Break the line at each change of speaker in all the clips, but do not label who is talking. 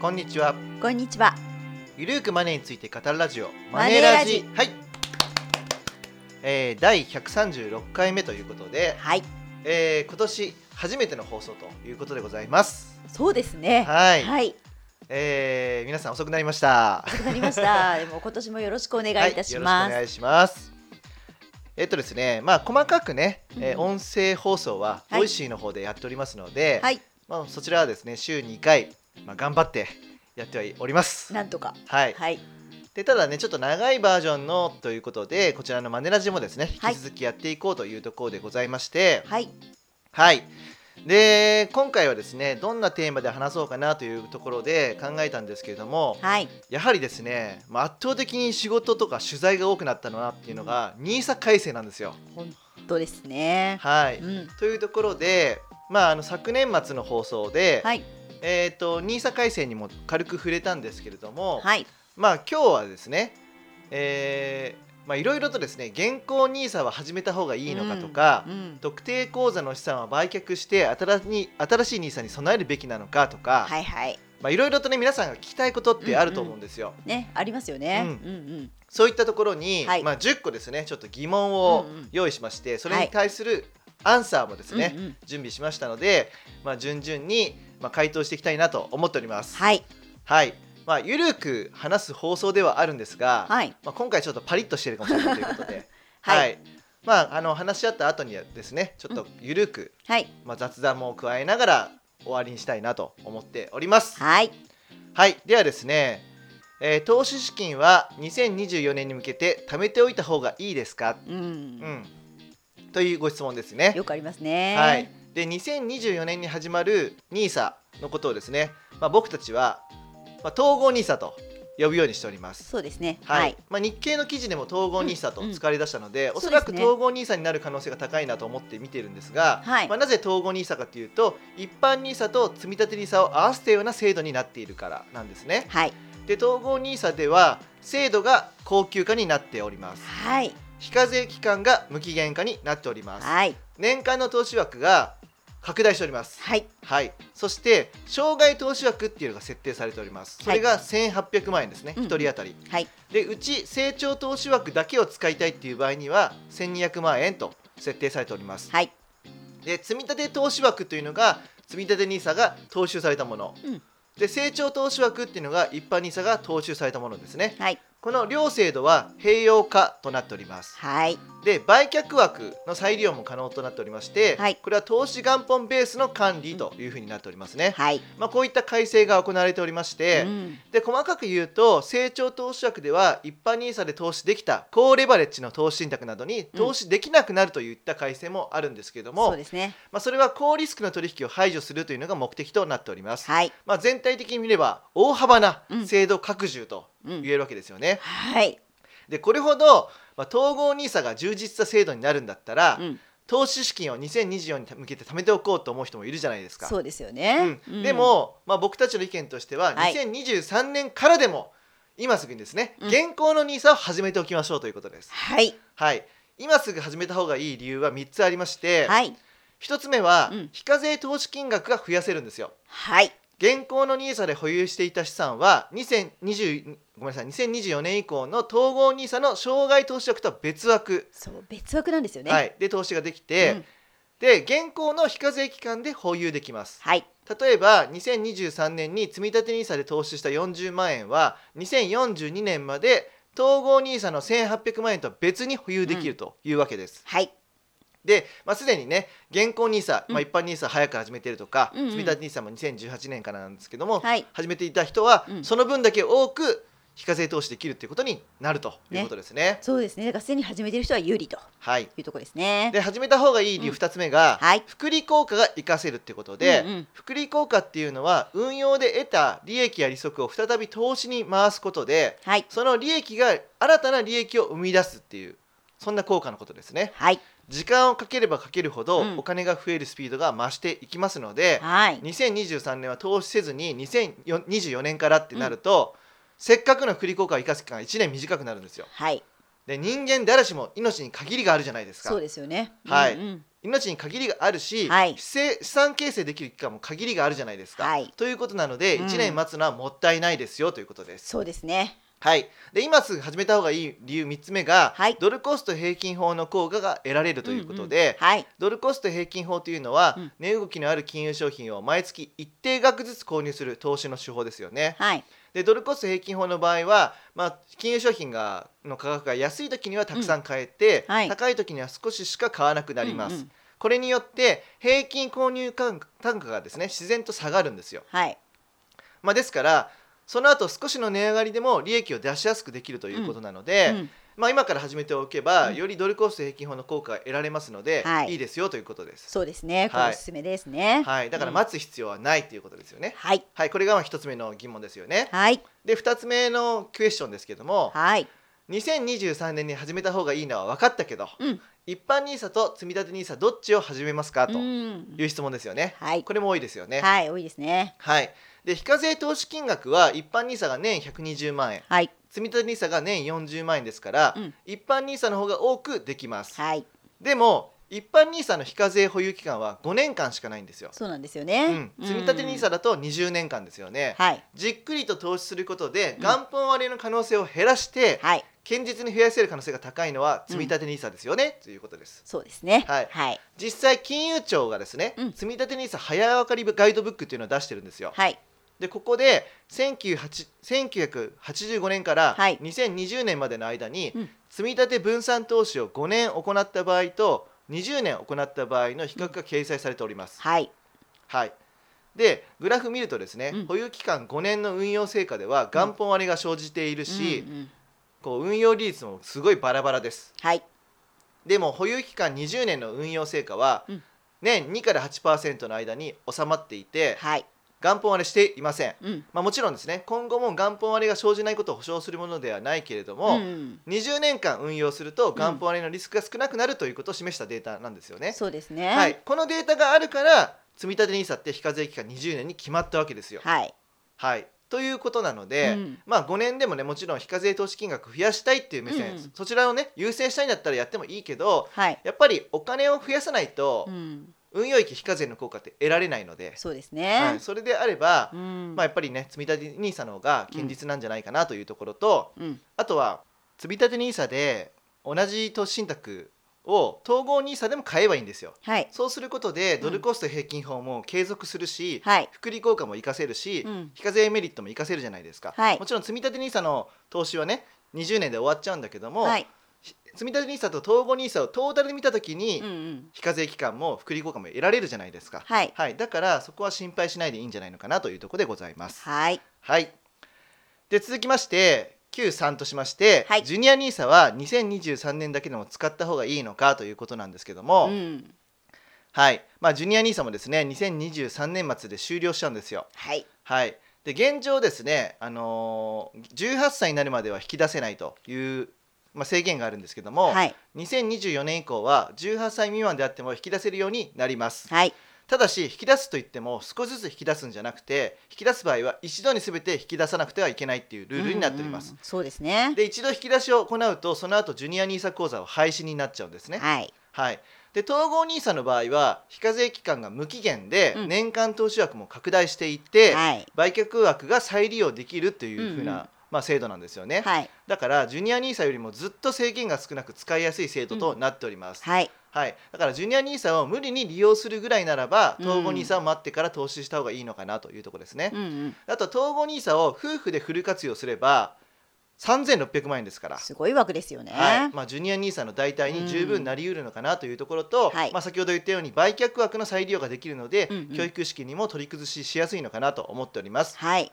こんにちは
こんにちは。
ゆるーくマネーについて語るラジオ
マネーラジ
はいえー、第136回目ということで、
はい。
えー、今年初めての放送ということでございます
そうですね。
はい、
はい。
えー、皆さん遅くなりました
遅くなり ました。でも今年もよろしくお願いいたし
は
ま
い、よろしく
す。
お願いします。えっとですね、まあ細かくね、えー
うん
音声放送は
はい
ボイシーの方でやっておりますので、
はい。
まあそちらはですね週2回、まあ頑張ってやってはおります。
なんとか。
はい。
はい。
でただねちょっと長いバージョンのということでこちらのマネラジもですね
は
引
い
き続きやっていこうというところでございまして、
はい。
はい。で今回はですねどんなテーマで話そうかなというところで考えたんですけれども、
はい。
やはりですね、まあ、圧倒的に仕事とか取材が多くなったのなっていうのが NISA 改正なんですよ。
本当ですね。
はい、
うん。
というところで、まあ、あの昨年末の放送で、
はい。
えー、と NISA 改正にも軽く触れたんですけれども、
はい。
まあ、今日はですね、えーまあ、いろいろとですね現行 NISA は始めた方がいいのかとか、
うん。
特定口座の資産は売却して新に新しい NISA に備えるべきなのかとか、
はいはい。
まあ、いろいろとね皆さんが聞きたいことってあると思うんですよ。
ね、ありますよね。
う
うんんうん。
そういったところに、
はい
まあ、10個ですねちょっと疑問を
うんうん
用意しまして、それに対するアンサーもですね、
うんうん。
準備しましたので、まあ、順々に、まあ、回答していきたいなと思っております。
はい。
はいまあ、ゆるく話す放送ではあるんですが、
はい。
まあ、今回ちょっとパリッとしてるかもしれないということで、
はい
まあ、あの話し合った後にはですねちょっとゆるく、
はい。
まあ、雑談も加えながら終わりにしたいなと思っております。
はい。
はい、ではですね、えー投資資金は2024年に向けて貯めておいた方がいいですか、
う。
うんん、というご質問ですね。
よくありますね。
はい、。で2024年に始まる NISA のことをですね、まあ、僕たちは、まあ、統合 NISA と呼ぶようにしております。
そうですね。
はい
はい。
まあ、日経の記事でも統合 NISA と
うんうん
使われ出したので、おそ
そうですね
らく統合 NISA になる可能性が高いなと思って見てるんですが、
はい
まあ、なぜ統合 NISA かというと一般 NISA と積立 NISA を合わせたような制度になっているからなんですね。
はい。
で統合 NISA では制度が恒久化になっております
はい。
非課税期間が無期限化になっております
はい。
年間の投資枠が拡大しております
はい。
はいそして障害投資枠っていうのが設定されておりますそれが1800万円ですね、
うん
1人当たり
はい。
でうち成長投資枠だけを使いたいっていう場合には1200万円と設定されております
はい。
で積立投資枠というのが積立 NISA が踏襲されたもの、
うん
で成長投資枠っていうのが一般 NISA が踏襲されたものですね
はい。
この両制度は併用化となっております
はい。
で売却枠の再利用も可能となっておりまして、
はい
これは投資元本ベースの管理というふうになっておりますね、
はい。
まあ、こういった改正が行われておりまして、
うん
で細かく言うと成長投資枠では一般 NISA で投資できた高レバレッジの投資信託などに投資できなくなるといった改正もあるんですけれども、
そうですね。
まあ、それは高リスクの取引を排除するというのが目的となっております、
はい。
まあ、全体的に見れば大幅な制度拡充と
う
言
ん
えるわけですよね、
はい。
でこれほど、まあ、統合 NISA が充実した制度になるんだったら、
うん。
投資資金を2024に向けて貯めておこうと思う人もいるじゃないですか。
そうですよね。
うん
うん
で。も、まあ、僕たちの意見としては、
はい
2023年からでも今すぐにですね、
うん
現行の NISA を始めておきましょうということです。
はい。
はい今すぐ始めた方がいい理由は3つありまして、
はい。
1つ目は、
うん
非課税投資金額が増やせるんですよ。
はい。
現行の NISA で保有していた資産は2020ごめんなさい2024年以降の統合 NISA の障害投資枠とは別枠、
そう、別枠なんですよね。。
はいい、で投資ができて、
うん
で現行の非課税期間で保有できます
はい。
例えば2023年に積立 NISA で投資した40万円は2042年まで統合 NISA の1800万円とは別に保有できるというわけです、
はい。
で、まあ、すでにね現行 NISA、
うん
まあ、一般 NISA 早く始めてるとか、
うんうん
積立 NISA も2018年からなんですけども、
はい
始めていた人は、
うん
その分だけ多く非課税投資できるということになるということですね。
そうですね。だから、すでに始めてる人は有利と
はい
いうところですね。
で始めた方がいい理由
うん
2つ目が、
はい
福利効果が活かせるってことで、
うんうん
福利効果っていうのは運用で得た利益や利息を再び投資に回すことで
はい。
その利益が新たな利益を生み出すっていうそんな効果のことですね。
はい。
時間をかければかけるほど、
うん
お金が増えるスピードが増していきますので、
はい。
2023年は投資せずに2024年からってなると、せっかくの福利効果を生かす期間が1年短くなるんですよ
はい。
で人間誰しも命に限りがあるじゃないですか
そうですよね。
はい
うんうん
命に限りがあるし、
はい
資生資産形成できる期間も限りがあるじゃないですか。
はい
ということなので
うん
1年待つのはもったいないですよということです。
そうですね。
はい、で今すぐ始めた方がいい理由3つ目が、
はい
ドルコスト平均法の効果が得られるということで、
うんうんはい。
ドルコスト平均法というのは、
うん
値動きのある金融商品を毎月一定額ずつ購入する投資の手法ですよね。
はい。
でドルコスト平均法の場合は、まあ、金融商品がの価格が安い時にはたくさん買えて、
うんはい
高い時には少ししか買わなくなります。
うんうん
これによって平均購入単価単価がですね自然と下がるんですよ。
はい。
まあ、ですからその後少しの値上がりでも利益を出しやすくできるということなので、
うん
まあ、今から始めておけば、
うん
よりドルコスト平均法の効果が得られますので、
はい
い、いですよということです。
そうですね。これおすすめですね。
はい、だから
うん
待つ必要はないということですよね。
はい。
はい、これがまあ一つ目の疑問ですよね。
はい。
で、二つ目のクエスチョンですけども、
はい。
2023年に始めた方がいいのは分かったけど、
うん
一般ニーサと積み立てニーサどっちを始めますかと
う
い
ん
う質問ですよね。
はい。
これも多いですよね。はい。
はい。多いですね。
で、非課税投資金額は一般ニーサが年120万円、
はい。
積み立てニーサが年40万円ですから、
うん
一般ニーサの方が多くできます。
はい。
でも一般ニーサの非課税保有期間は5年間しかないんですよ。
そうなんですよ
う
ね
ん。、積み立て NISA
だ。
だと20年間ですよね、
はい。
じっくりと投資することで
うん
元本割れの可能性を減らして
はい。
堅実に増やせる可能性が高いのは積み立て NISA ですよね、ということです
そうですね。
はい
はい。
実際金融庁がですね、
うん
積み立て NISA 早分かりガイドブックっていうのを出してるんですよ
はい。
でここで1908 1985年から
はい
2020年までの間に、
うん
積み立て分散投資を5年行った場合と20年行った場合の比較が掲載されております、
はい。
はい、でグラフ見るとですね、
うん
保有期間5年の運用成果では元本割れが生じているし、
うんうん
こう運用利率もすごいバラバラです
はい。
でも保有期間20年の運用成果は、
うん
年2から8%の間に収まっていて
はい。
元本割れしていません、
うん。
まあ、もちろんですね今後も元本割れが生じないことを保証するものではないけれど
う
も、
ん
20年間運用すると元本割れのリスクが少なくなるということを示したデータなんですよね、
そうですね。
はい、このデータがあるから積立 NISA って非課税期間20年に決まったわけですよ。
はい。
はい、ということなので、
うん
まあ、5年でもねもちろん非課税投資金額増やしたいっていう目線、
うん
そちらをね優先したいんだったらやってもいいけど
はい。
やっぱりお金を増やさないと、
うん。
運用益非課税の効果って得られないので、
そうです
は
ね
い、。それであれば、
うん
まあ、やっぱりね積立 NISA の方が堅実なんじゃないかなというところと、
うん。
あとは積立 NISA で同じ投資信託を統合 NISA でも買えばいいんですよ。
はい。
そうすることで
ん
ドルコスト平均法も継続するし、
はい。
福利効果も活かせるし、
うん
非課税メリットも活かせるじゃないですか、
はい
もちろん積立 NISA の投資はね20年で終わっちゃうんだけども、
はい。
積立 NISA と統合 NISA をトータルで見た時に、
うんうん。
非課税期間も福利効果も得られるじゃないですか、
はい。
だからそこは心配しないでいいんじゃないのかなというところでございます。
はい。
はい、で続きまして旧3としまして、
はい
ジュニア NISA は2023年だけでも使った方がいいのかということなんですけども、
うん。
はいまあ、ジュニア NISA もですね2023年末で終了しちゃうんですよ。
はい。
はい、で現状ですね、あのー18歳になるまでは引き出せないという、まあ、制限があるんですけども、
はい。
2024年以降は18歳未満であっても引き出せるようになります
はい。
ただし引き出すといっても少しずつ引き出すんじゃなくて引き出す場合は一度に全て引き出さなくてはいけないっていうルールになっております、
うんうん。そうですね。
で一度引き出しを行うとその後ジュニア NISA 講座は廃止になっちゃうんですね
はい。
はい、で統合 NISA の場合は非課税期間が無期限で、
うん
年間投資枠も拡大していって、
はい。
売却枠が再利用できるというふうな、
うんうん
まあ、制度なんですよね、
はい。
だからジュニア NISA よりもずっと制限が少なく使いやすい制度となっております、
はい。
はい、だからジュニア NISA を無理に利用するぐらいならば統合
うん
NISA を待ってから投資した方がいいのかなというところですね、
うんうん。
あと統合 NISA を夫婦でフル活用すれば3600万円ですから
すごい枠ですよね。
はいまあ、ジュニア NISA の代替に十分なりうるのかなというところと、
はい
まあ、先ほど言ったように売却枠の再利用ができるので、
うんうん
教育資金にも取り崩ししやすいのかなと思っております。
はい。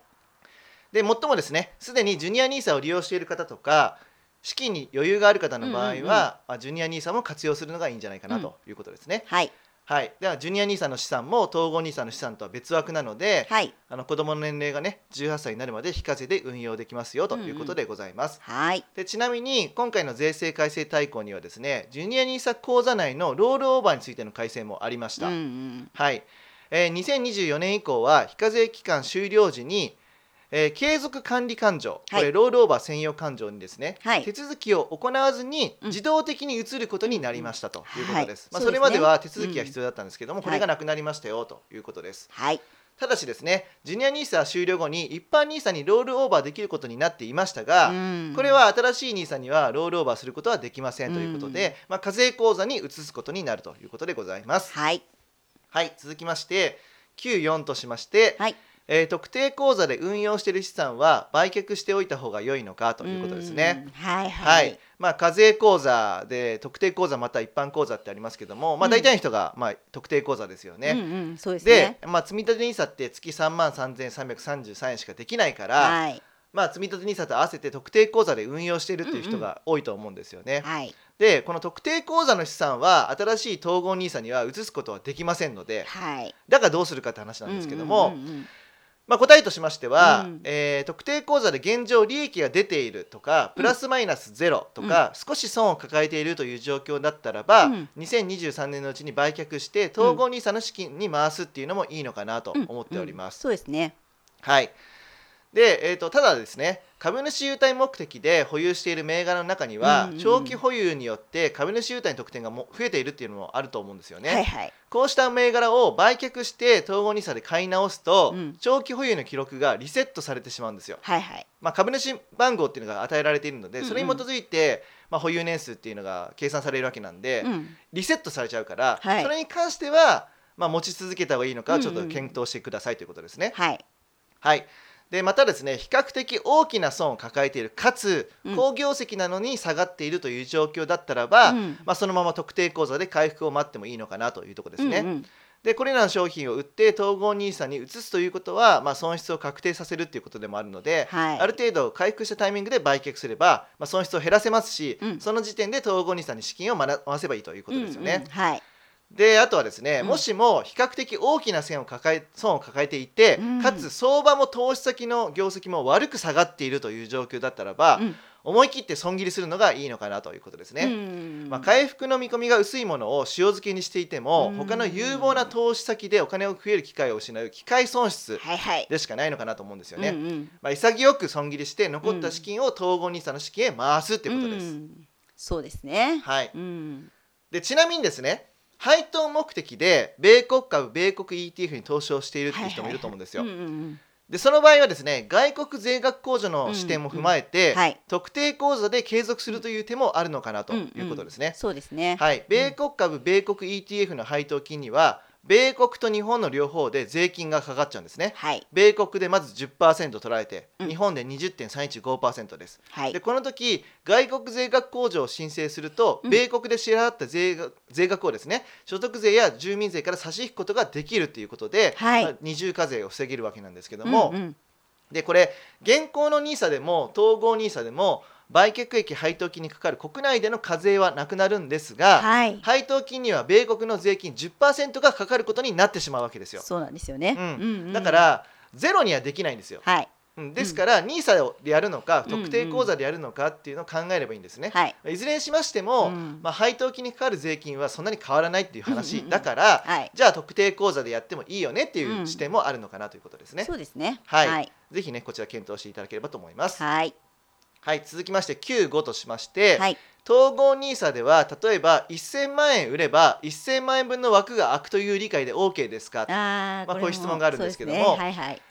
でもっともですねすでにジュニア NISA を利用している方とか資金に余裕がある方の場合は、
うんうんうん
まあジュニア NISA も活用するのがいいんじゃないかな
うん
ということですね。
はい。
はい、ではジュニア NISA の資産も統合 NISA の資産とは別枠なので、
はい。
あの子どもの年齢がね18歳になるまで非課税で運用できますよということでございます。
はい。
でちなみに今回の税制改正大綱にはですねジュニア NISA 口座内のロールオーバーについての改正もありまし
うん
た、
うん。
はい、えー2024年以降は非課税期間終了時に、えー継続管理勘定、
はい
これロールオーバー専用勘定にですね、
はい
手続きを行わずに
うん
自動的に移ることになりましたということです。ま
はい
あ、それまでは手続き
う
が
ん
必要だったんですけども、
はい
これがなくなりましたよということです。
はい。
ただしですね、ジュニア NISA 終了後に一般 NISA にロールオーバーできることになっていましたが、
うん
これは新しい NISA にはロールオーバーすることはできませんということで、まあ、課税口座に移すことになるということでございます。
はい
はい、続きまして、Q4 としまして、
はい。
えー特定口座で運用している資産は売却しておいた方が良いのかということですね。
うん。はい
は
はい
い。まあ、課税口座で特定口座また一般口座ってありますけども、まあ、
うん
大体の人が、まあ、特定口座ですよね。
うんうんそうですね
で。、まあ、積立 NISA って月3万3333円しかできないから、
はい
まあ、積立 NISA と合わせて特定口座で運用しているっていう人が多いと思うんですよね。
はい
でこの特定口座の資産は新しい統合 NISA には移すことはできませんので
はい。
だからどうするかって話なんですけども、
うんうんうんうん
まあ、答えとしましては、
うん
えー特定口座で現状利益が出ているとかプラスマイナスゼロとか、少し損を抱えているという状況だったらば、
うん
2023年のうちに売却して統合 NISA の資金に回すっていうのもいいのかなと思っております。
そうですね。
はい。で、えー、とただですね株主優待目的で保有している銘柄の中には、
うんうんうん
長期保有によって株主優待の特典がも増えているっていうのもあると思うんですよね、
はいはい。
こうした銘柄を売却して統合 NISA で買い直すと、
うん
長期保有の記録がリセットされてしまうんですよ、
はいはい。
まあ、株主番号っていうのが与えられているので、それに基づいて、まあ、保有年数っていうのが計算されるわけなんで、
うん
リセットされちゃうから、
はい
それに関しては、まあ、持ち続けた方がいいのかちょっ
うん
と
うん
検討してくださいということですね、
はい
はい、でまたですね比較的大きな損を抱えているかつ
うん
好業績なのに下がっているという状況だったらば、
うん
まあ、そのまま特定口座で回復を待ってもいいのかなというところですね。
うんうん
でこれらの商品を売って統合 NISA に移すということは、まあ、損失を確定させるということでもあるので、
はい
ある程度回復したタイミングで売却すれば、まあ、損失を減らせますし、
うん
その時点で統合 NISA に資金を回せばいいということですよね。
うんうんはい。
であとはですね、
うん
もしも比較的大きな線を抱え損を抱えていて、
うん
かつ相場も投資先の業績も悪く下がっているという状況だったらば、
うん
思い切って損切りするのがいいのかなということですね。
ね
まあ、回復の見込みが薄いものを塩漬けにしていても、
うん
他の有望な投資先でお金を増える機会を失う機会損失
はいはい。
でしかないのかなと思うんですよね。
うんうん
まあ、潔く損切りして残った資金を統合 NISA の資金へ回すということです。
うんそうですね。
はい、
うん
でちなみにですね配当目的で米国株米国 ETF に投資をしているっていう人もいると思うんですよ、
うんうん
でその場合はですね外国税額控除の視点も踏まえて、
うんはい
特定口座で継続するという手もあるのかなということですね、
うんそうですね。
はい、米国株米国 ETF の配当金には米国と日本の両方で税金がかかっちゃうんですね
はい
米国でまず10%取られて、
うん
日本で20.315%です
はい
で。この時外国税額控除を申請すると、
うん
米国で支払った税額税額をですね所得税や住民税から差し引くことができるということで、
はい
まあ二重課税を防げるわけなんですけども、
うんうん
でこれ現行の NISA でも統合 NISA でも売却益配当金にかかる国内での課税はなくなるんですが、
はい。
配当金には米国の税金10%がかかることになってしまうわけですよ、
そうなんですよね。
うん
うんうん
だからゼロにはできないんですよ、
はい
うんですから NISA でやるのか
うん
特定口座でやるのかっていうのを考えればいいんですね、
はい
いずれにしましても、
うん
まあ、配当金にかかる税金はそんなに変わらないっていう
うんうん
話
うん
だから、
はい。
じゃあ特定口座でやってもいいよねっていうんう視点もあるのかなということですね、
そうですね。
はい
はい
ぜひねこちら検討していただければと思いますはい、
はい
続きまして95としまして、
はい
統合 NISA では例えば1000万円売れば1000万円分の枠が空くという理解で OK ですか
あー
まあ
れ
こういう質問があるんですけども
そうですねはいはい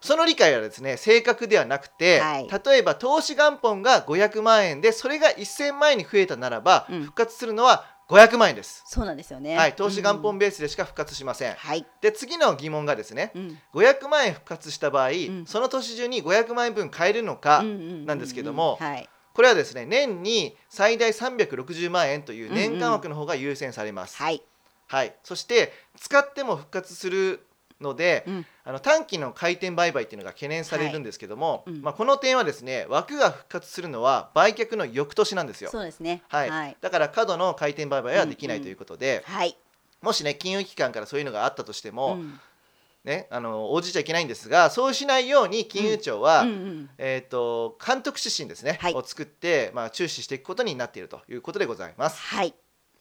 その理解はですね正確ではなくて、
はい
例えば投資元本が500万円でそれが1000万円に増えたならば、
うん
復活するのは500万円です、
そうなんですよね。
はい、投資元
う
本
ん
ベースでしか復活しません、
はい。
で次の疑問がですね
うん
500万円復活した場合、
ん
その年中に500万円分買えるのか、
うううう
なんですけども
はい
これはですね年に最大360万円という年間枠の方が優先されます、
はい
はい、そして使っても復活するので、
うん
あの短期の回転売買っていうのが懸念されるんですけども、
はいうん
まあ、この点はですね枠が復活するのは売却の翌年なんですよ。
そうですね。
はい
はい
だから過度の回転売買はできな
う
い
んうん
ということで、
はい。
もしね金融機関からそういうのがあったとしても、
うん
ね、あの応じちゃいけないんですがそうしないように金融庁は、
うんうん
えー、と監督指針ですね、
はい
を作って、まあ、注視していくことになっているということでございます。
はい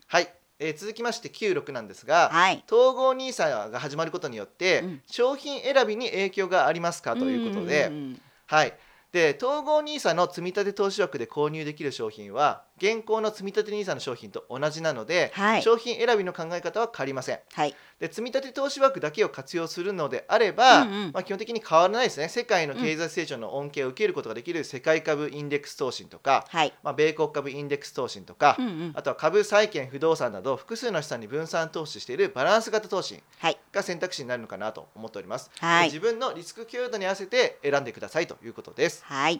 はい、えー続きまして96なんですが、
はい。
統合 NISA が始まることによって、
うん
商品選びに影響がありますかということで、
んんん
はい。で、統合 NISA の積立投資枠で購入できる商品は、現行の積立 NISA の商品と同じなので、
はい
商品選びの考え方は変わりません。
はい
で、積立投資枠だけを活用するのであれば、
うんうん
まあ、基本的に変わらないですね。世界の経済成長の恩恵を受けることができる世界株インデックス投信とか、
はい
まあ、米国株インデックス投信とか、
うんうん
あとは株、債券、不動産など複数の資産に分散投資しているバランス型投資
はい
が選択肢になるのかなと思っております。
はい
で自分のリスク強度に合わせて選んでくださいということです。
はい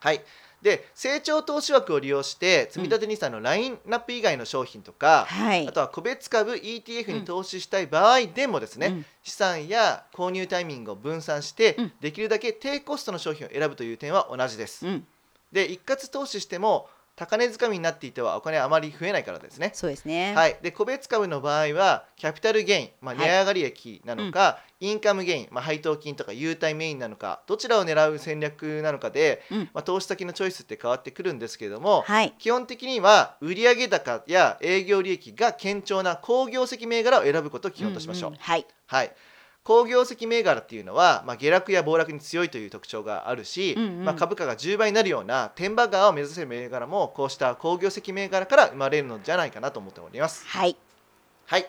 はい、で成長投資枠を利用して積立 NISA のラインナップ以外の商品とか、
はい
あとは個別株 ETF に投資したい場合でもですね、
うん
資産や購入タイミングを分散して、
うん
できるだけ低コストの商品を選ぶという点は同じです。
うん
で一括投資しても高値掴みになっていてはお金はあまり増えないからですね。
そうですね
はい、で個別株の場合はキャピタルゲイン、まあ、
はい
値上がり益なのか、インカムゲイン、まあ、配当金とか優待メインなのかどちらを狙う戦略なのかで、
うん
まあ、投資先のチョイスって変わってくるんですけれども、
はい
基本的には売上高や営業利益が堅調な好業績銘柄を選ぶことを基本としましょう。
んんはい
はい好業績銘柄っていうのは、まあ、下落や暴落に強いという特徴があるし、
うんうん
まあ、株価が10倍になるような天馬川を目指せる銘柄もこうした好業績銘柄から生まれるのじゃないかなと思っております。
はい
はい、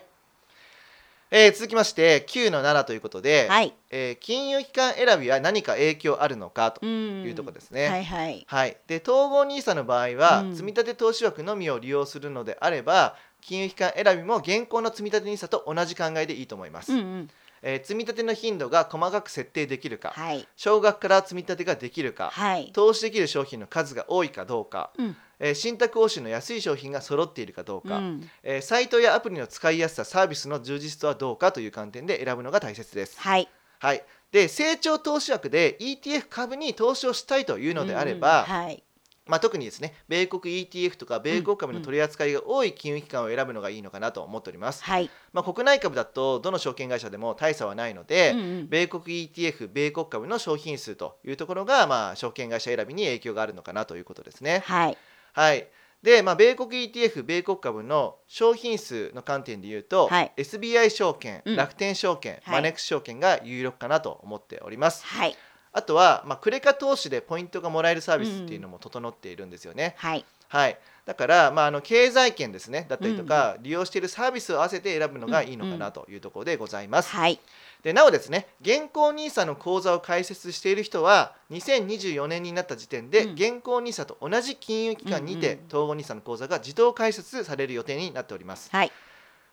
えー続きまして9の7ということで、
はい
えー金融機関選びは何か影響あるのかと
う
い
いう
ところです
は
ね。
いはい
はい、で統合 NISA の場合は、
うん
積立投資枠のみを利用するのであれば金融機関選びも現行の積立 NISA と同じ考えでいいと思います。
うんうん
えー積み立ての頻度が細かく設定できるか、
はい
少額から積み立てができるか、
はい
投資できる商品の数が多いかどうか、
うん
えー信託応酬の安い商品が揃っているかどうか、
うん
えーサイトやアプリの使いやすさサービスの充実とはどうかという観点で選ぶのが大切です。
はい
はい、で成長投資枠で ETF 株に投資をしたいというのであれば、
うんうんはい
まあ、特にですね米国 ETF とか米国株の取り扱いが多い金融機関を選ぶのがいいのかなと思っております。
はい
まあ、国内株だとどの証券会社でも大差はないので、
うんうん
米国 ETF 米国株の商品数というところが、まあ、証券会社選びに影響があるのかなということですね。
はい
はいで、まあ、米国 ETF 米国株の商品数の観点で言うと、
はい
SBI 証券、
うん
楽天証券、
はい
マネックス証券が有力かなと思っております。
はい
あとは、まあ、クレカ投資でポイントがもらえるサービスっていうのも整っているんですよね。
はい
はい、だから、まあ、あの経済圏ですねだったりとか、利用しているサービスを合わせて選ぶのがいいのかなというところでございます。
はい
でなおですね現行 NISA の口座を開設している人は2024年になった時点で、
うん
現行 NISA と同じ金融機関にて、
うんうん
統合 NISA の口座が自動開設される予定になっております。
はい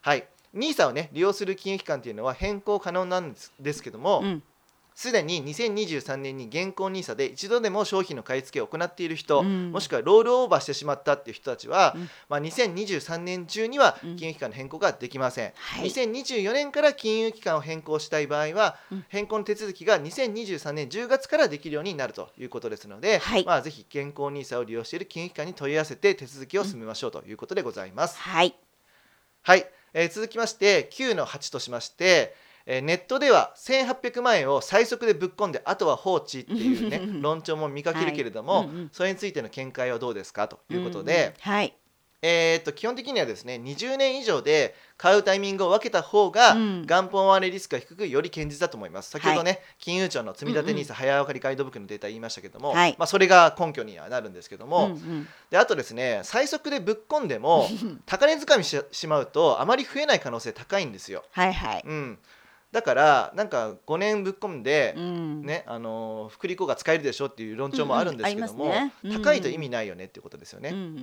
はい、NISA をね利用する金融機関というのは変更可能なんですですけども、
うん
すでに2023年に現行 NISA で一度でも商品の買い付けを行っている人、
うん
もしくはロールオーバーしてしまったっていう人たちは、
うん
まあ、2023年中には
うん
金融機関の変更ができません、
はい
2024年から金融機関を変更したい場合は、
うん
変更の手続きが2023年10月からできるようになるということですので、
はい
まあ、ぜひ現行 NISA を利用している金融機関に問い合わせて手続きを進めましょうということでございます。
はい
はい、えー続きまして9の8としまして、えーネットでは1800万円を最速でぶっ込んであとは放置っていう ね論調も見かけるけれども、
はいうんうん
それについての見解はどうですかということで、
うんはい
えーっと基本的にはですね20年以上で買うタイミングを分けた方が、
うん
元本割れリスクが低くより堅実だと思います先ほどね、金融庁の積み立て
うんうん
NISA 早分かりガイドブックのデータ言いましたけども、
はい
まあ、それが根拠にはなるんですけども、
うんうん
であとですね最速でぶっ込んで も高値掴みしてしまうとあまり増えない可能性高いんですよ。
はいはい
うん、だからなんか5年ぶっ込んで、
うん
ねあのー福利効果使えるでしょっていう論調もあるんですけども、
うんうんありますねうん
高いと意味ないよねっていうことですよね。
うん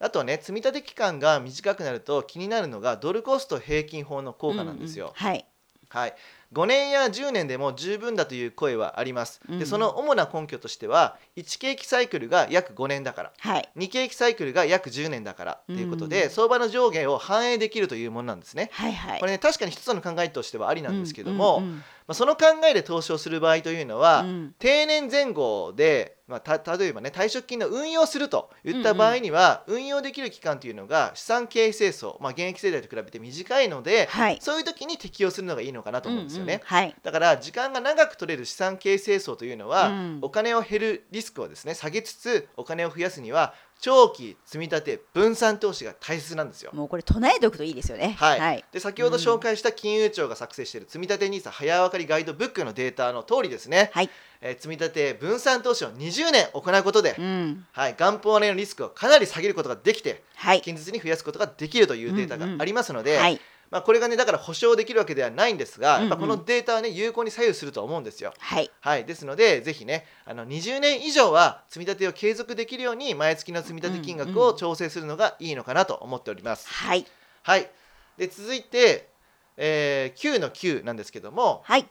あとね積み立て期間が短くなると気になるのがドルコスト平均法の効果なんですよ。
ううはい
はい、5年や10年でも十分だという声はあります。
う
で
ん
その主な根拠としては1景気サイクルが約5年だから。
はい
日経期サイクルが約10年だからということで、
うん
相場の上下を反映できるというものなんですね。
はいはい
これね確かに一つの考えとしてはありなんですけども、
うんう
ま
ん
あ、その考えで投資をする場合というのは、
うん
定年前後で、まあ、た例えばね退職金の運用するといった場合には、運用できる期間というのが資産形成層、まあ、現役世代と比べて短いので、
はい
そういう時に適用するのがいいのかなと思うんですよね。
ううはい
だから時間が長く取れる資産形成層というのは、
うん
お金を減るリスクをですね下げつつお金を増やすには長期積み立て分散投資が大切なんですよ。
もうこれ唱えておくといいですよね。
はい
はい。
で先ほど紹介した金融庁が作成している積立 NISA 早分かりガイドブックのデータの通りですね、
はい
えー積立分散投資を20年行うことで、
うん。
はい、元本割れのリスクをかなり下げることができて
はい。
堅実に増やすことができるというデータがありますので、
はい。
まあ、これがねだから保証できるわけではないんですが、
うんうん
やっぱこのデータはね有効に左右すると思うんですよ。
はい。
はい、ですのでぜひねあの20年以上は積み立てを継続できるように毎月の積み立て金額
うんう
を
ん
調整するのがいいのかなと思っております。
はい。
はい、で続いて、えー、9の9なんですけども、
はい。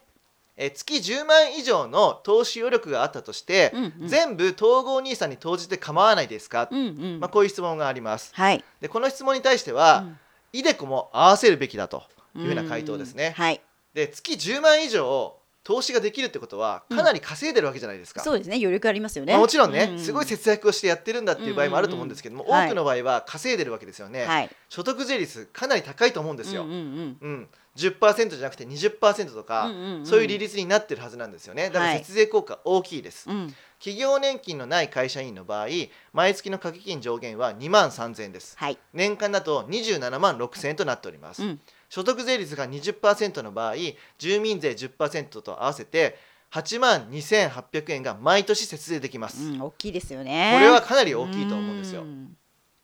えー月10万以上の投資余力があったとして、
うんうん
全部統合兄さんに投じて構わないですか、
うんうん
まあ、。こういう質問があります。
はい。
でこの質問に対しては、イデコも合わせるべきだと
う
い
ん
うような回答ですね
はい。
で月10万以上投資ができるってことはかなり稼いでるわけじゃないですか、
そうですね。余力ありますよね。
まあもちろんね、
うう
すごい節約をしてやってるんだっていう場合もあると思うんですけども、
うんうんうん
多くの場合は稼いでるわけですよね、
はい。
所得税率かなり高いと思うんですよ、う
うんんうん
10%じゃなくて20%と
うん
か、
うんうんん
そういう利。率になってるはずなんですよねだから
はい
節税効果大きいです、
うん。
企業年金のない会社員の場合毎月の掛け金上限は2万3000円です
はい。
年間だと27万6000円となっております、
うん
所得税率が20%の場合住民税10%と合わせて8万2800円が毎年節税できます、
うん。大きいですよ
こ
ね。
れはかなり大きいと思うんですよ
ん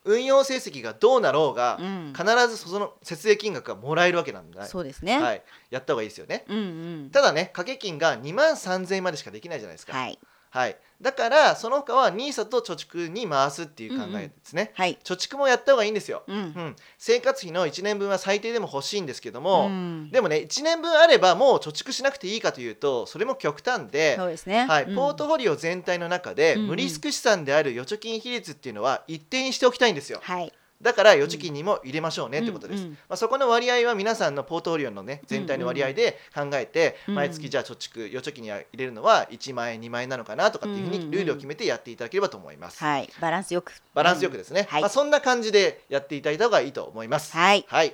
運用成績がどうなろうが
うん
必ずその節税金額がもらえるわけなんで、
そうですね。
はい、やった方がいいですよね
うんうん。
ただね掛け金が2万3000円までしかできないじゃないですか、
はい。
はい、だからその他は NISA と貯蓄に回すっていう考えですね、
はい。
貯蓄もやった方がいいんですよ、
うん。
うん、生活費の1年分は最低でも欲しいんですけど
う
も、
ん
でもね1年分あればもう貯蓄しなくていいかというとそれも極端で、
そうですね。
はい、
うん
ポートフォリオ全体の中で
うんうん
無リスク資産である預貯金比率っていうのは一定にしておきたいんですよ
はい。
だから預貯金にも入れましょうねってことです、
うんうん
まあ、そこの割合は皆さんのポートフォリオのね全体の割合で考えて
うん
毎月じゃあ貯蓄預貯金に入れるのは1万円2万円なのかなとかっていうふう
うんうんう
に
ん
ルールを決めてやっていただければと思います、
はい。バランスよく。
バランスよくですね、
はい
まあ、そんな感じでやっていただいた方がいいと思います
はい。
はい。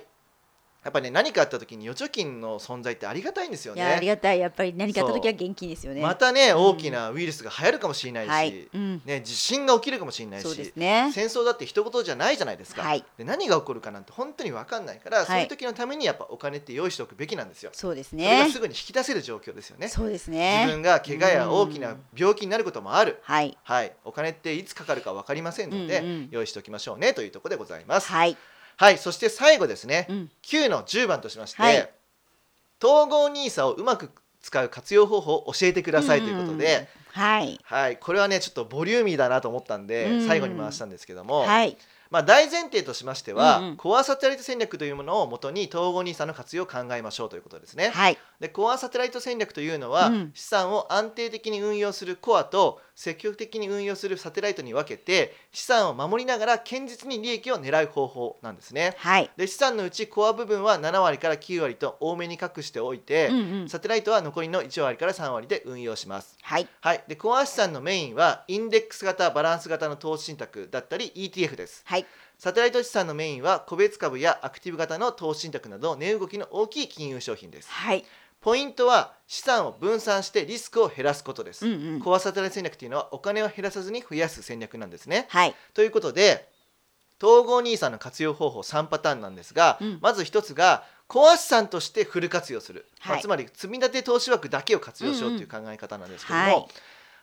やっぱね何かあった時に預貯金の存在ってありがたいんですよ
いやあり
ね。
がたいやっぱり何かあった時は現金ですよね。
またね
ん
大きなウイルスが流行るかもしれないし、
はい。うん。
ね地震が起きるかもしれない
そうです
し、
ね。
戦争だって一言じゃないじゃないですか。
はい。
で何が起こるかなんて本当に分かんないから、
い
そういう時のためにやっぱお金って用意しておくべきなんですよ。
そうです
それ
ね
がす。ぐに引き出せる状況ですよね。
そうです
自
ね。
分が怪我や大きな病気になることもある。
はい。
はい、お金っていつかかるか分かりませんので、
うんうん
用意しておきましょうねというところでございます。
はい。
はい、そして最後ですね、
うん。
9の10番としまして、
はい
統合 NISA をうまく使う活用方法を教えてくださいということで、
んんん。はい。
はい、これはねちょっとボリューミーだなと思ったんで、
うん
最後に回したんですけども、
はい。
まあ、大前提としましては、
うんうん
コアサテライト戦略というものをもとに統合 NISA の活用を考えましょうということですね。
はい。
でコアサテライト戦略というのは、
うん
資産を安定的に運用するコアと積極的に運用するサテライトに分けて資産を守りながら堅実に利益を狙う方法なんですね。
はい。
で資産のうちコア部分は7割から9割と多めに隠しておいて、
うんうん。
サテライトは残りの1割から3割で運用します。
はい。
はい、でコア資産のメインはインデックス型バランス型の投資信託だったり ETF です
はい。
サテライト資産のメインは個別株やアクティブ型の投資信託など値動きの大きい金融商品です
はい。
ポイントは資産を分散してリスクを減らすことです、
うんうん。
コアサテライト戦略というのはお金を減らさずに増やす戦略なんですね
はい。
ということで統合 NISA の活用方法3パターンなんですが、
うん
まず1つがコア資産としてフル活用する、
はい
まあつまり積み立て投資枠だけを活用しようという考え方なんですけども、
うんうんはい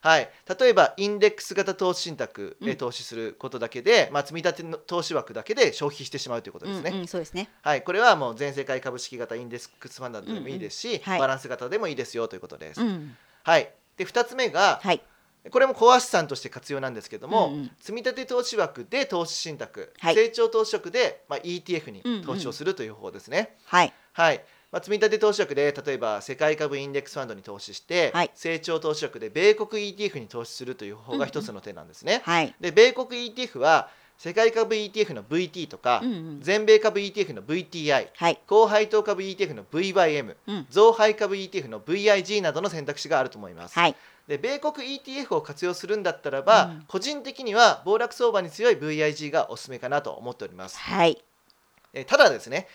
はい例えばインデックス型投資信託
う
で
ん
投資することだけで、まあ、積み立ての投資枠だけで消費してしまうということですね。
うんうん。そうですね。
はい、これはもう全世界株式型インデックスファンドでもいいですし、
うんうんはい
バランス型でもいいですよということです。
うん。
はい、で2つ目が、
はい。
これもコア資産として活用なんですけども、
うんうん
積み立て投資枠で投資信託、
はい
成長投資枠で、まあ、ETF に投資をするという方ですね。
はい。
はいまあ、積み立て投資枠で例えば世界株インデックスファンドに投資して、
はい
成長投資枠で米国 ETF に投資するという方が一つの手なんですね。
はい。
で米国 ETF は世界株 ETF の VT とか、
うんうん。
全米株 ETF の VTI
はい。
高配当株 ETF の VYM
うん。
増配株 ETF の VIG などの選択肢があると思います。
はい。
で米国 ETF を活用するんだったらば、
うん
個人的には暴落相場に強い VIG がおすすめかなと思っております、
はい。
えーただですね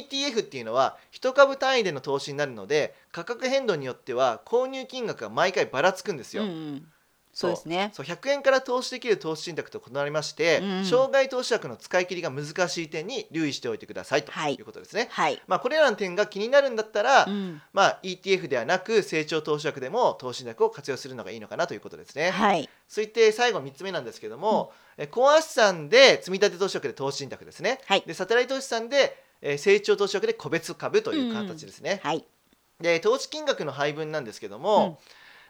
ETF っていうのは一株単位での投資になるので価格変動によっては購入金額が毎回ばらつくんです
う
よ、
んうん。そうですね。
そう100円から投資できる投資信託と異なりまして、
うん
障害投資額の使い切りが難しい点に留意しておいてくださいと
はい
いうことですね。
はい。
まあ、これらの点が気になるんだったら、
うん
まあ、ETF ではなく成長投資枠でも投資信託を活用するのがいいのかなということですね。
はい。
そして最後3つ目なんですけども、え高圧資産で積み立て投資枠で投資信託ですね。
はい。
でサテライト資産で、えー成長投資枠で個別株という形ですね。
はい。
で投資金額の配分なんですけども、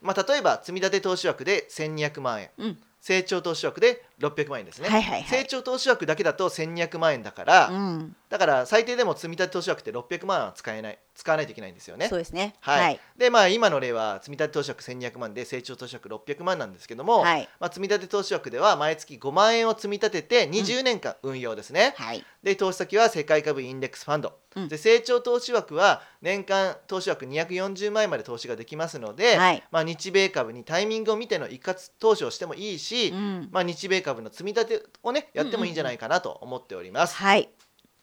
まあ、例えば積み立て投資枠で1200万円
うん。
成長投資枠で600万円ですね、
はいはいはい
成長投資枠だけだと1200万円だから、
うん。
だから最低でも積み立て投資枠って600万円は使えない使わないといけないんですよね
そうですね。
はい
はい。
でまあ今の例は積み立て投資枠1200万で成長投資枠600万なんですけども、
はい。
まあ、積み立て投資枠では毎月5万円を積み立てて20年間運用ですね、
はい。
で投資先は世界株インデックスファンド、
うん
で成長投資枠は年間投資枠240万円まで投資ができますので、
はい。
まあ、日米株にタイミングを見ての一括投資をしてもいいし、
うん。
まあ、日米株の積み立てをねやってもいいんじゃないかなと思っております。
はい。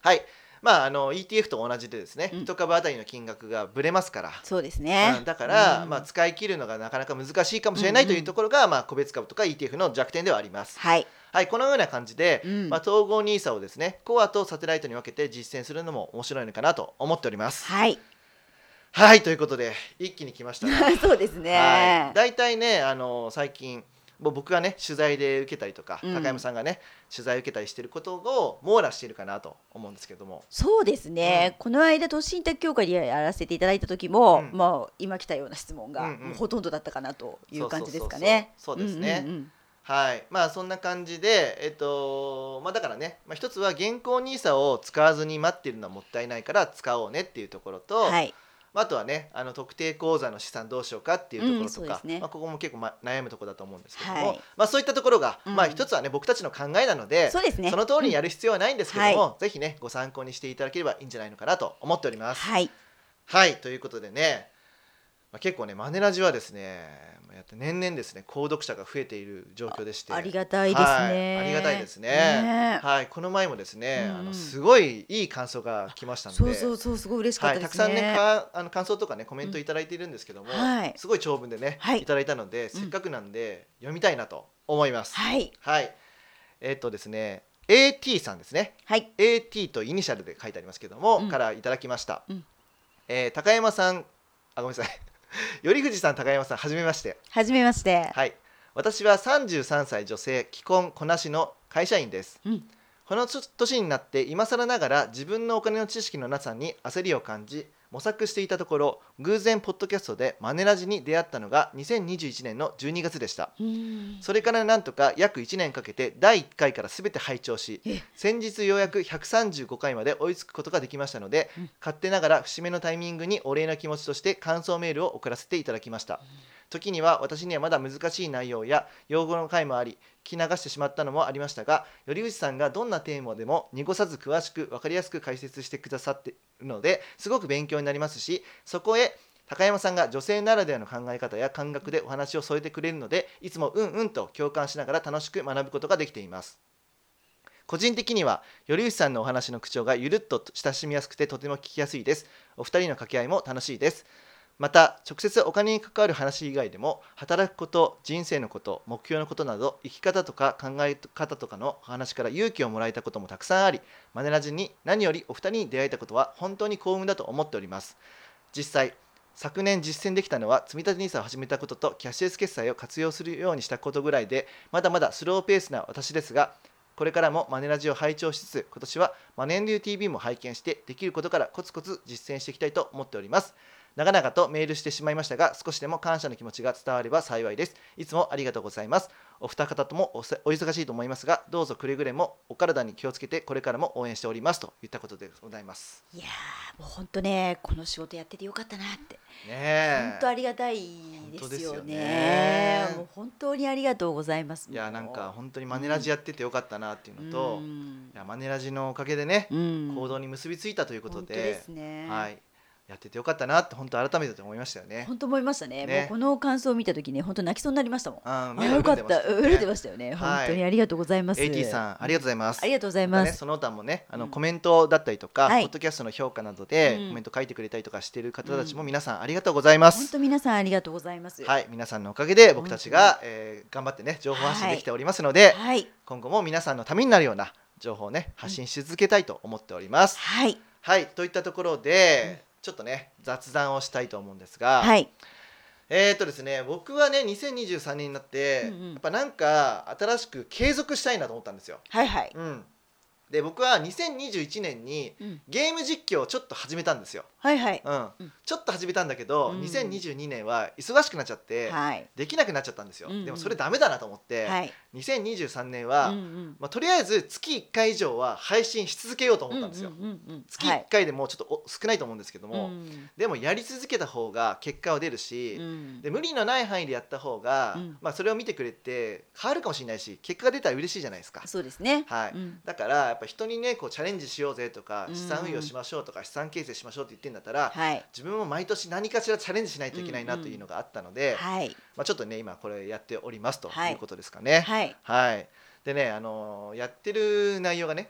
はいまあ、あの ETF と同じでですね、
うん
一株当たりの金額がぶれますから、
そうですね
う。んだから、
うん
まあ、使い切るのがなかなか難しいかもしれないというところが、まあ、個別株とか ETF の弱点ではあります。
はい。
はい、このような感じで、
うん
まあ、統合 NISA をですねコアとサテライトに分けて実践するのも面白いのかなと思っております。
はい。
はいということで一気に来ましたね。
そうです
は
ね
い、。大体ねあの最近もう僕がね取材で受けたりとか、
うん
高山さんがね取材受けたりしてることを網羅しているかなと思うんですけども
そうですね、この間都市信託協会でやらせていただいた時も、
うん
まあ今来たような質問が、
うんうん
もうほとんどだったかなという感じですかね。
そうそうそうそうそうですね
んんん
はいまあそんな感じでえっとまあだからね、まあ、一つは現行 NISA を使わずに待ってるのはもったいないから使おうねっていうところと、
はい。
まあ、あとはねあの特定口座の資産どうしようかっていうところ
うんそ
と
うで
か、
すね
まあ、ここも結構、ま、悩むところだと思うんですけども、
はい
まあ、そういったところが、
うん
まあ、一つはね僕たちの考えなので
そうですね
の通りにやる必要はないんですけども、
う
ぜひねご参考にしていただければいいんじゃないのかなと思っております。はい、
はい。
ということでね、まあ、結構ねマネラジはですねまあやって年々ですね購読者が増えている状況でして
ありがたいですね。
はいありがたいですね
ね
はい、この前もですね、
うん
あのすごいいい感想が来ましたので
そうそうそうすごい嬉しかっ
は
た
い、
で
たく
す
さんね
ね。
かあの感想とかねコメントいただいているんですけども、
うんはい
すごい長文でね、
はい
い、ただいたのでせっかくなんで読みたいなと思います、
はい
はいえっとですね AT さんですね
はい。
AT とイニシャルで書いてありますけども、
うん
からいただきました、
うん
えー高山さんあごめんなさい 頼藤さん高山さんはじめまして
はじめまして。
はい私は33歳女性既婚子なしの会社員です
うん
この年年になって今更ながら自分のお金の知識のなさに焦りを感じ模索していたところ偶然ポッドキャストでマネラジに出会ったのが2021年の12月でした
うん。
それからなんとか約1年かけて第1回から全て拝聴し
え
先日ようやく135回まで追いつくことができましたので、
うん
勝手ながら節目のタイミングにお礼の気持ちとして感想メールを送らせていただきました時には私にはまだ難しい内容や用語の回もあり聞き流してしまったのもありましたが頼内さんがどんなテーマでも濁さず詳しく分かりやすく解説してくださっているのですごく勉強になりますしそこへ高山さんが女性ならではの考え方や感覚でお話を添えてくれるのでいつもうんうんと共感しながら楽しく学ぶことができています個人的には頼内さんのお話の口調がゆるっと親しみやすくてとても聞きやすいですお二人の掛け合いも楽しいですまた直接お金に関わる話以外でも働くこと人生のこと目標のことなど生き方とか考え方とかの話から勇気をもらえたこともたくさんありマネラジに何よりお二人に出会えたことは本当に幸運だと思っております実際昨年実践できたのは積立 NISA を始めたこととキャッシュレス決済を活用するようにしたことぐらいでまだまだスローペースな私ですがこれからもマネラジを拝聴しつつ今年はマネンリュー TV も拝見してできることからコツコツ実践していきたいと思っております長々とメールしてしまいましたが少しでも感謝の気持ちが伝われば幸いですいつもありがとうございますお二方ともおせお忙しいと思いますがどうぞくれぐれもお体に気をつけてこれからも応援しておりますといったことでございます
いやーもう本当ねこの仕事やっててよかったなって
ねえ
本当ありがたいで
本当です
すよ
よ
ね
ね。
もう本当にありがとうございます。
いやなんか本当にマネラジやっててよかったなっていうのと、
う
い
ん
やマネラジのおかげでね、
うん
行動に結びついたということ
本当
で
ですね。
はい、やっててよかったなって本当改めて思いましたよね。
本当思いましたね
ね
もうこの感想を見た時ね本当泣きそうになりましたもん
あー
あ
目が
よか
潤ん
っ
でました
た
よ
う
ね
るれてましたよ
は
ね、
い
本当にありがとうございます
AT さんありがとうございます。
ありがとうござい
また
ま
ね、
す、
その他もねあの、
うん
コメントだったりとか、
はい
ポッドキャストの評価などで
うん
コメント書いてくれたりとかしている方たちも皆さんありがとうございま
本
す。
当皆さんありがとうございます
はい、皆さんのおかげで僕たちが、えー頑張ってね情報発信できておりますので、
はい
今後も皆さんのためになるような情報をね発信し続けたいと思っております。
はい
はいといったところで、ちょっとね雑談をしたいと思うんですが、
はい
えーっとですね僕はね2023年になって、
うんうん
やっぱなんか新しく継続したいなと思ったんですよ。
はいはい
うん、で僕は2021年に
うん
ゲーム実況をちょっと始めたんですよ。
はいはい
うん
うん
ちょっと始めたんだけど、
うん
2022年は忙しくなっちゃって、
はい
できなくなっちゃったんですよ。
うんうん
でもそれダメだなと思って、
はい
2023年は、
うんうん
まあ、とりあえず月1回以上は配信し続けようと思ったんですよ。
うんうんうんうん
月
は
1
い
回でもうちょっとお少ないと思うんですけども、
うん
でもやり続けた方が結果は出るし、
うん
で無理のない範囲でやった方が、
うん
まあ、それを見てくれて変わるかもしれないし結果が出たら嬉しいじゃないですか。
そうですね
はい
うん
だからやっぱ人にねこうチャレンジしようぜとか
うん
資産運用しましょうとか資産形成しましょうって言ってんだったら、
はい
自分も毎年何かしらチャレンジしないといけないなというのがあったので、
はい
まあ、ちょっとね今これやっておりますと
はい
いうことですかね。
はい
はい、でね、あのーやってる内容がね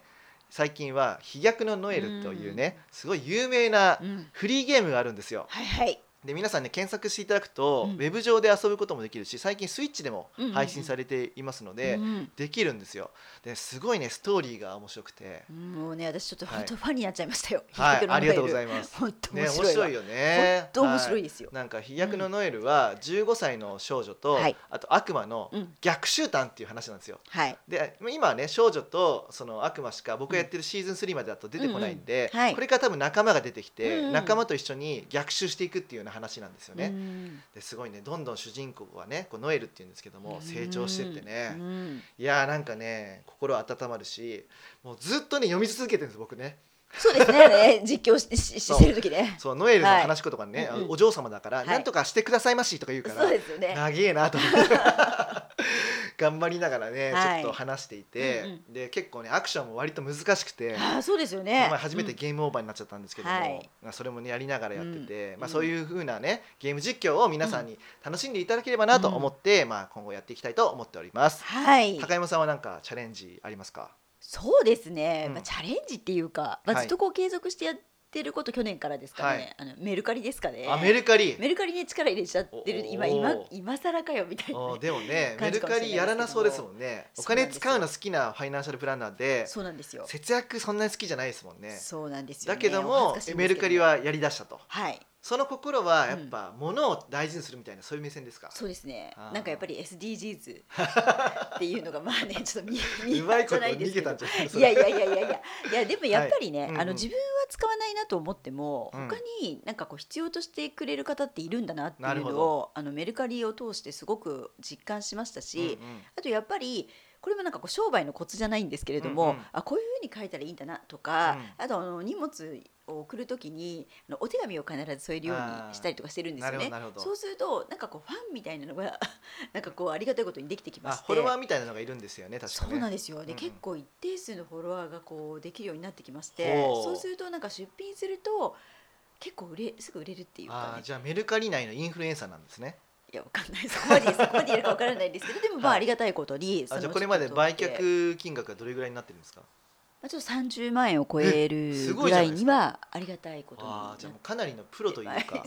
最近は「飛躍のノエル」というね、すごい有名な
うん
フリーゲームがあるんですよ。
はいはい
で皆さんね検索していただくと、
うん
ウェブ上で遊ぶこともできるし最近スイッチでも
うんうんうん
配信されていますので、
うん
できるんですよ。ですごいねストーリーが面白くて、
うんもうね私ちょっと
はい
本当ファンになっちゃいましたよ
はい、ありがとうござ
い
い ます。
本当
ね
面
面
白いわ
白いよね。
本当面白い
は
ですよ
なんか飛躍のノエルは15歳の少女と、
はい
あと悪魔の
うん
逆集団っていう話なんですよ。
はい
で今はね少女とその悪魔しか僕がやってるシーズン3までだと出てこないんで、
うんうんはい
これから多分仲間が出てきて、
うんうん
仲間と一緒に逆襲していくっていうような話なんですよ
う
ね。
ん
ですごいねどんどん主人公はねこうノエルっていうんですけども成長してってね、
うん
いやーなんかね心温まるしもうずっとね読み続けてるんです僕ね。
そうですねね実況しし
そう
してる時 ね
そうノエルの話し言葉にね、
はいうんうん
お嬢様だから、
い
なんとかしてくださいましとか言うから
そうですよね
長えなと思って 頑張りながらね、
はい
ちょっと話していて、
うん
で結構ねアクションも割と難しくて。
ああそうですよ
こ
ね
の前初めてゲームオーバーになっちゃったんですけども、
はい
まあそれもねやりながらやってて、
うん
まあ、
うん
そういう風なねゲーム実況を皆さんに楽しんでいただければなと思って、まあ、今後やっていきたいと思っております、
はい
高山さんは何かチャレンジありますか
そうですね、
うん
まあ、チャレンジっていうか、まあ、
はい
ずっとこう継続してやってること去年からですかね、あのメルカリですかね
あメルカリ
メルカリに力入れちゃってる
お
今
お
今今更かよみたいな
お
ね
でもねメ
感
ル
じかも
カ
しれないですけど
リやらなそうですもんねお
そうなん
金
ですよ
使うの好きなファイナンシャルプランナーで
そうなんですよ
節約そんなに好きじゃないですもんね
そうなんですよ、ね、
だけど
お
も
恥ずかしいん
メ
ですけ
ル
ど
カリはやりだしたと
はい
その心はやっぱ物を大事にするみたいなそういう目線ですか、
そうですね
あー
なんかやっぱり SDGs っていうのがま あねちょっと見
う
見え
まい
じ
こ
ゃ
と
ないで
逃
すけ
げた
ど
んじゃない
いやいやいやいやいやいやでもやっぱりね、
はいうんうん
あの自分は使わないなと思っても、
うん
他になんかこう必要としてくれる方っているんだなって
ないる
う
ほ
の
ど
をあのメルカリを通してすごく実感しまし
う
た
んうん
し、あとやっぱりこれもなんかこう商売のコツじゃないんですけれど
うん
も、
うん
あこういうふうに書いたらいいんだなとか、あとあの荷物を送るときにあのお手紙を必ず添えるようにしたりとかしてるんです
あ
よ
ー
ね
なるほどなるほ。ど
そうするとなんかこうファンみたいなのが なんかこうありがたいことにできてきま
あ
して、
フォロワーみたいなのがいるんですよね確か
そ
ね
うなんですよ。で、
うん
結構一定数のフォロワーがこうできるようになってきまして
ほう、
そうするとなんか出品すると結構売れすぐ売れるっていうか
あー
ね。
じゃあメルカリ内のインフルエンサーなんですね
いやわかんないそこまでそこまでやるかわからないですけど、でもまあ
はい
ありがたいことにそ
あ
の
じゃあこれまで売
ちょっとま
却金額はどれぐらいになってるんですか
あちょっと三十万円を超え
え
る
すごい
ぐ
じゃな
ら
い
い
です
に
か
はありがたいことに
あ
な
あ
っ
じ
て
ゃあもうかなりのプロと いうか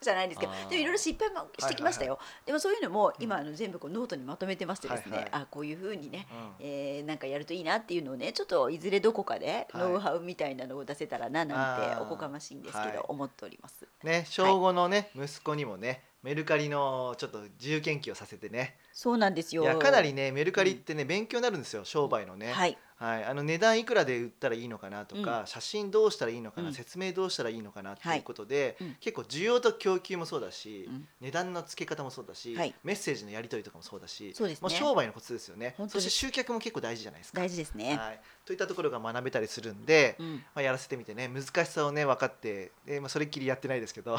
じゃないですけど
あー
でもいろいろ失敗もしてきましたよ、でもそういうのも今あの全部こうノートにまとめてましてですね、
はいはい
あこういうふうにね
うん
えーなんかやるといいなっていうのをねちょっといずれどこかで
はい
ノウハウみたいなのを出せたらななん
あ
て
ー
おこがましいんですけ
はい
ど思っております、
ね小5のね、息子にもねメルカリのちょっと自由研究をさせてね
そうなんですよ
いやかなりねメルカリってね、勉強になるんですよ商売のね、
はい
はい、あの値段いくらで売ったらいいのかなとか、写真どうしたらいいのかな、
うん
説明どうしたらいいのかなって
はいいう
ことで、
うん
結構需要と供給もそうだし、
うん
値段の付け方もそうだし、
はい
メッセージのやり取りとかもそうだし
そうですね
もう商売のコツですよね
本当
そ
で
して
す
集客も結構大事じゃないですか。
大事ですね、
はい、といったところが学べたりするんで、
うん、
まあ、やらせてみてね難しさをね分かって、でまあ、それっきりやってないですけど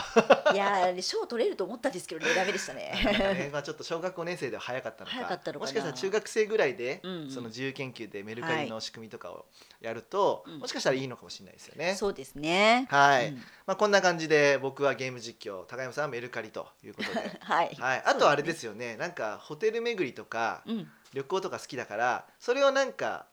いやー賞取れると思ったんですけどねダメでしたね
なんかねまあちょっと小学5年生では早かったのか
早かったのかな
もしかしたら中学生ぐらいで、
うんうん
その自由研究でメルカリ
はい
の仕組みとかをやると、
うん
もしかしたらいいのかもしれないですよね。
そうですね。
はい、
うん
まあ、こんな感じで僕はゲーム実況高山さんはメルカリということで
はい。
はい、あとはあれですよねなんかホテル巡りとか
うん。
旅行とか好きだからそれをなんか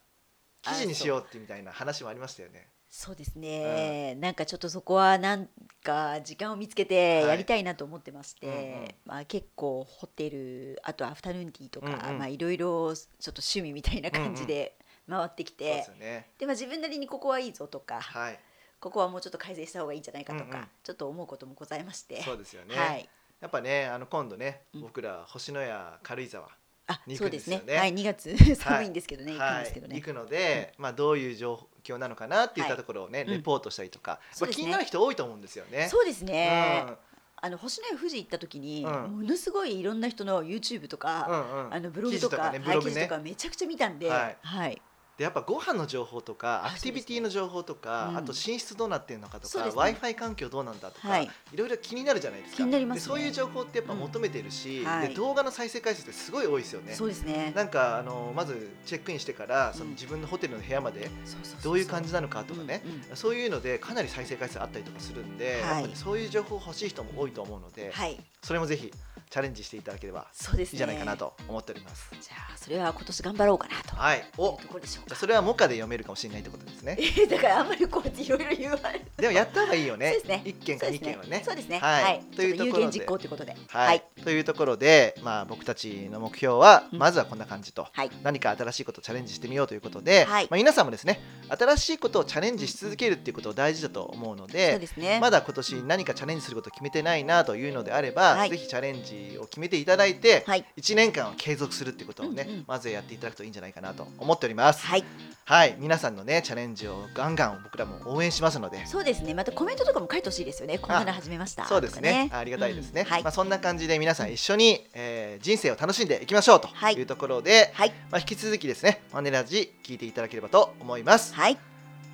記事にしようってみたいな話もありましたよね。
そうですね、なんかちょっとそこはなんか時間を見つけて
はい
やりたいなと思ってまして、
うんうん
まあ、結構ホテルあとアフタヌーンティーとか、
うんうん
まあ、いろいろちょっと趣味みたいな感じで回ってきて、
そうですよね。
でまあ、自分なりにここはいいぞとか、
はい、
ここはもうちょっと改善した方がいいんじゃないかとか、
うんうん
ちょっと思うこともございまして、
そうですよね。
はい、
やっぱね、あの今度ね、
うん
僕ら星のや軽井沢、
あ
に行
そ
く
うん
で
ですす
よ
ね
ね
はい、2月 寒いんですけどね、行くん
は
です
い
けど、ね
行くので、まあどういう状況なのかなっていったところをね、
い
レポートしたりとか、
うん
ま
そ
あ
うです
気
ね
になる人多いと思うんですよね。
そうですね、
うん
あの星野や富士行った時に、
うん
ものすごいいろんな人の YouTube とか、
うんうん
あのブログと
記事と
か、
かねブ
はい
ロ
記
グ
事と
ね
かめちゃくちゃ見たんで、
はい
はい、
でやっぱご飯の情報とか
あ
アクティビティの情報とか、
そうです
あ
ね
と寝室どうなってるのかと
そう
か、
です
w
ね
i f i 環境どうなんだとか、
はいい、
ろいろ気になるじゃないですか
気になりますね
でそういう情報ってやっぱ求めてるし、
うんはい
で動画の再生回数ってすごい多いですよね。
そうですね。
なんかあのまずチェックインしてからその
うん
自分のホテルの部屋まで
そそそ
どういう感じなのかとかね、
うんうん
そういうのでかなり再生回数あったりとかするんで、
はい
やっぱりそういう情報欲しい人も多いと思うので、
はい、
それもぜひチャレンジしていただければ
そうです
い
ね。
いじゃないかな。と思っております。
じゃあそれは今年頑張ろうかなと。
はい、
い
お
うところでし
じ
ょう
ゃあ
か。
それはモカで読めるかもしれないってことですね。
え だからあんまりこうやっていろいろ言われる。
でもやった方がいいよね
そうですね。
一件か
そう
二
です
件はね
そうですね。
はい
はい。
というところで
ちょっ有言実行ということで。
はい、
はい。
というところで、まあ、僕たちの目標は
うん
まずはこんな感じと、
はい。
何か新しいことをチャレンジしてみようということで、
はい
まあ、皆さんもですね新しいことをチャレンジし続けるっていうことを大事だと思うの
そう
で
ですね。
まだ今年何かチャレンジすることを決めてないなというのであれば、
はい
ぜひチャレンジを決めていただいて、
はい。
1年間は継続するってことをね、
うんうん
まずやっていただくといいんじゃないかなと思っております。
はい。
はい、皆さんのねチャレンジをガンガン僕らも応援しますので
そうですね。またコメントとかも書いてほしいですよね。こんなの始めました。
そうですね
と。か
ありがたいですね。
うんはい
まあ。そんな感じで皆さん一緒に、えー人生を楽しんでいきましょうと
はい
いうところで、
はい。
まあ引き続きですね、マネラジ聞いていただければと思います。はい、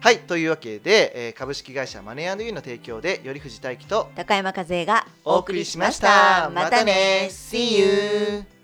はい。
というわけで、えー株式会社マネーユーの提供でより富士大輝と
高山和恵が
お送りしました。
またね。See you。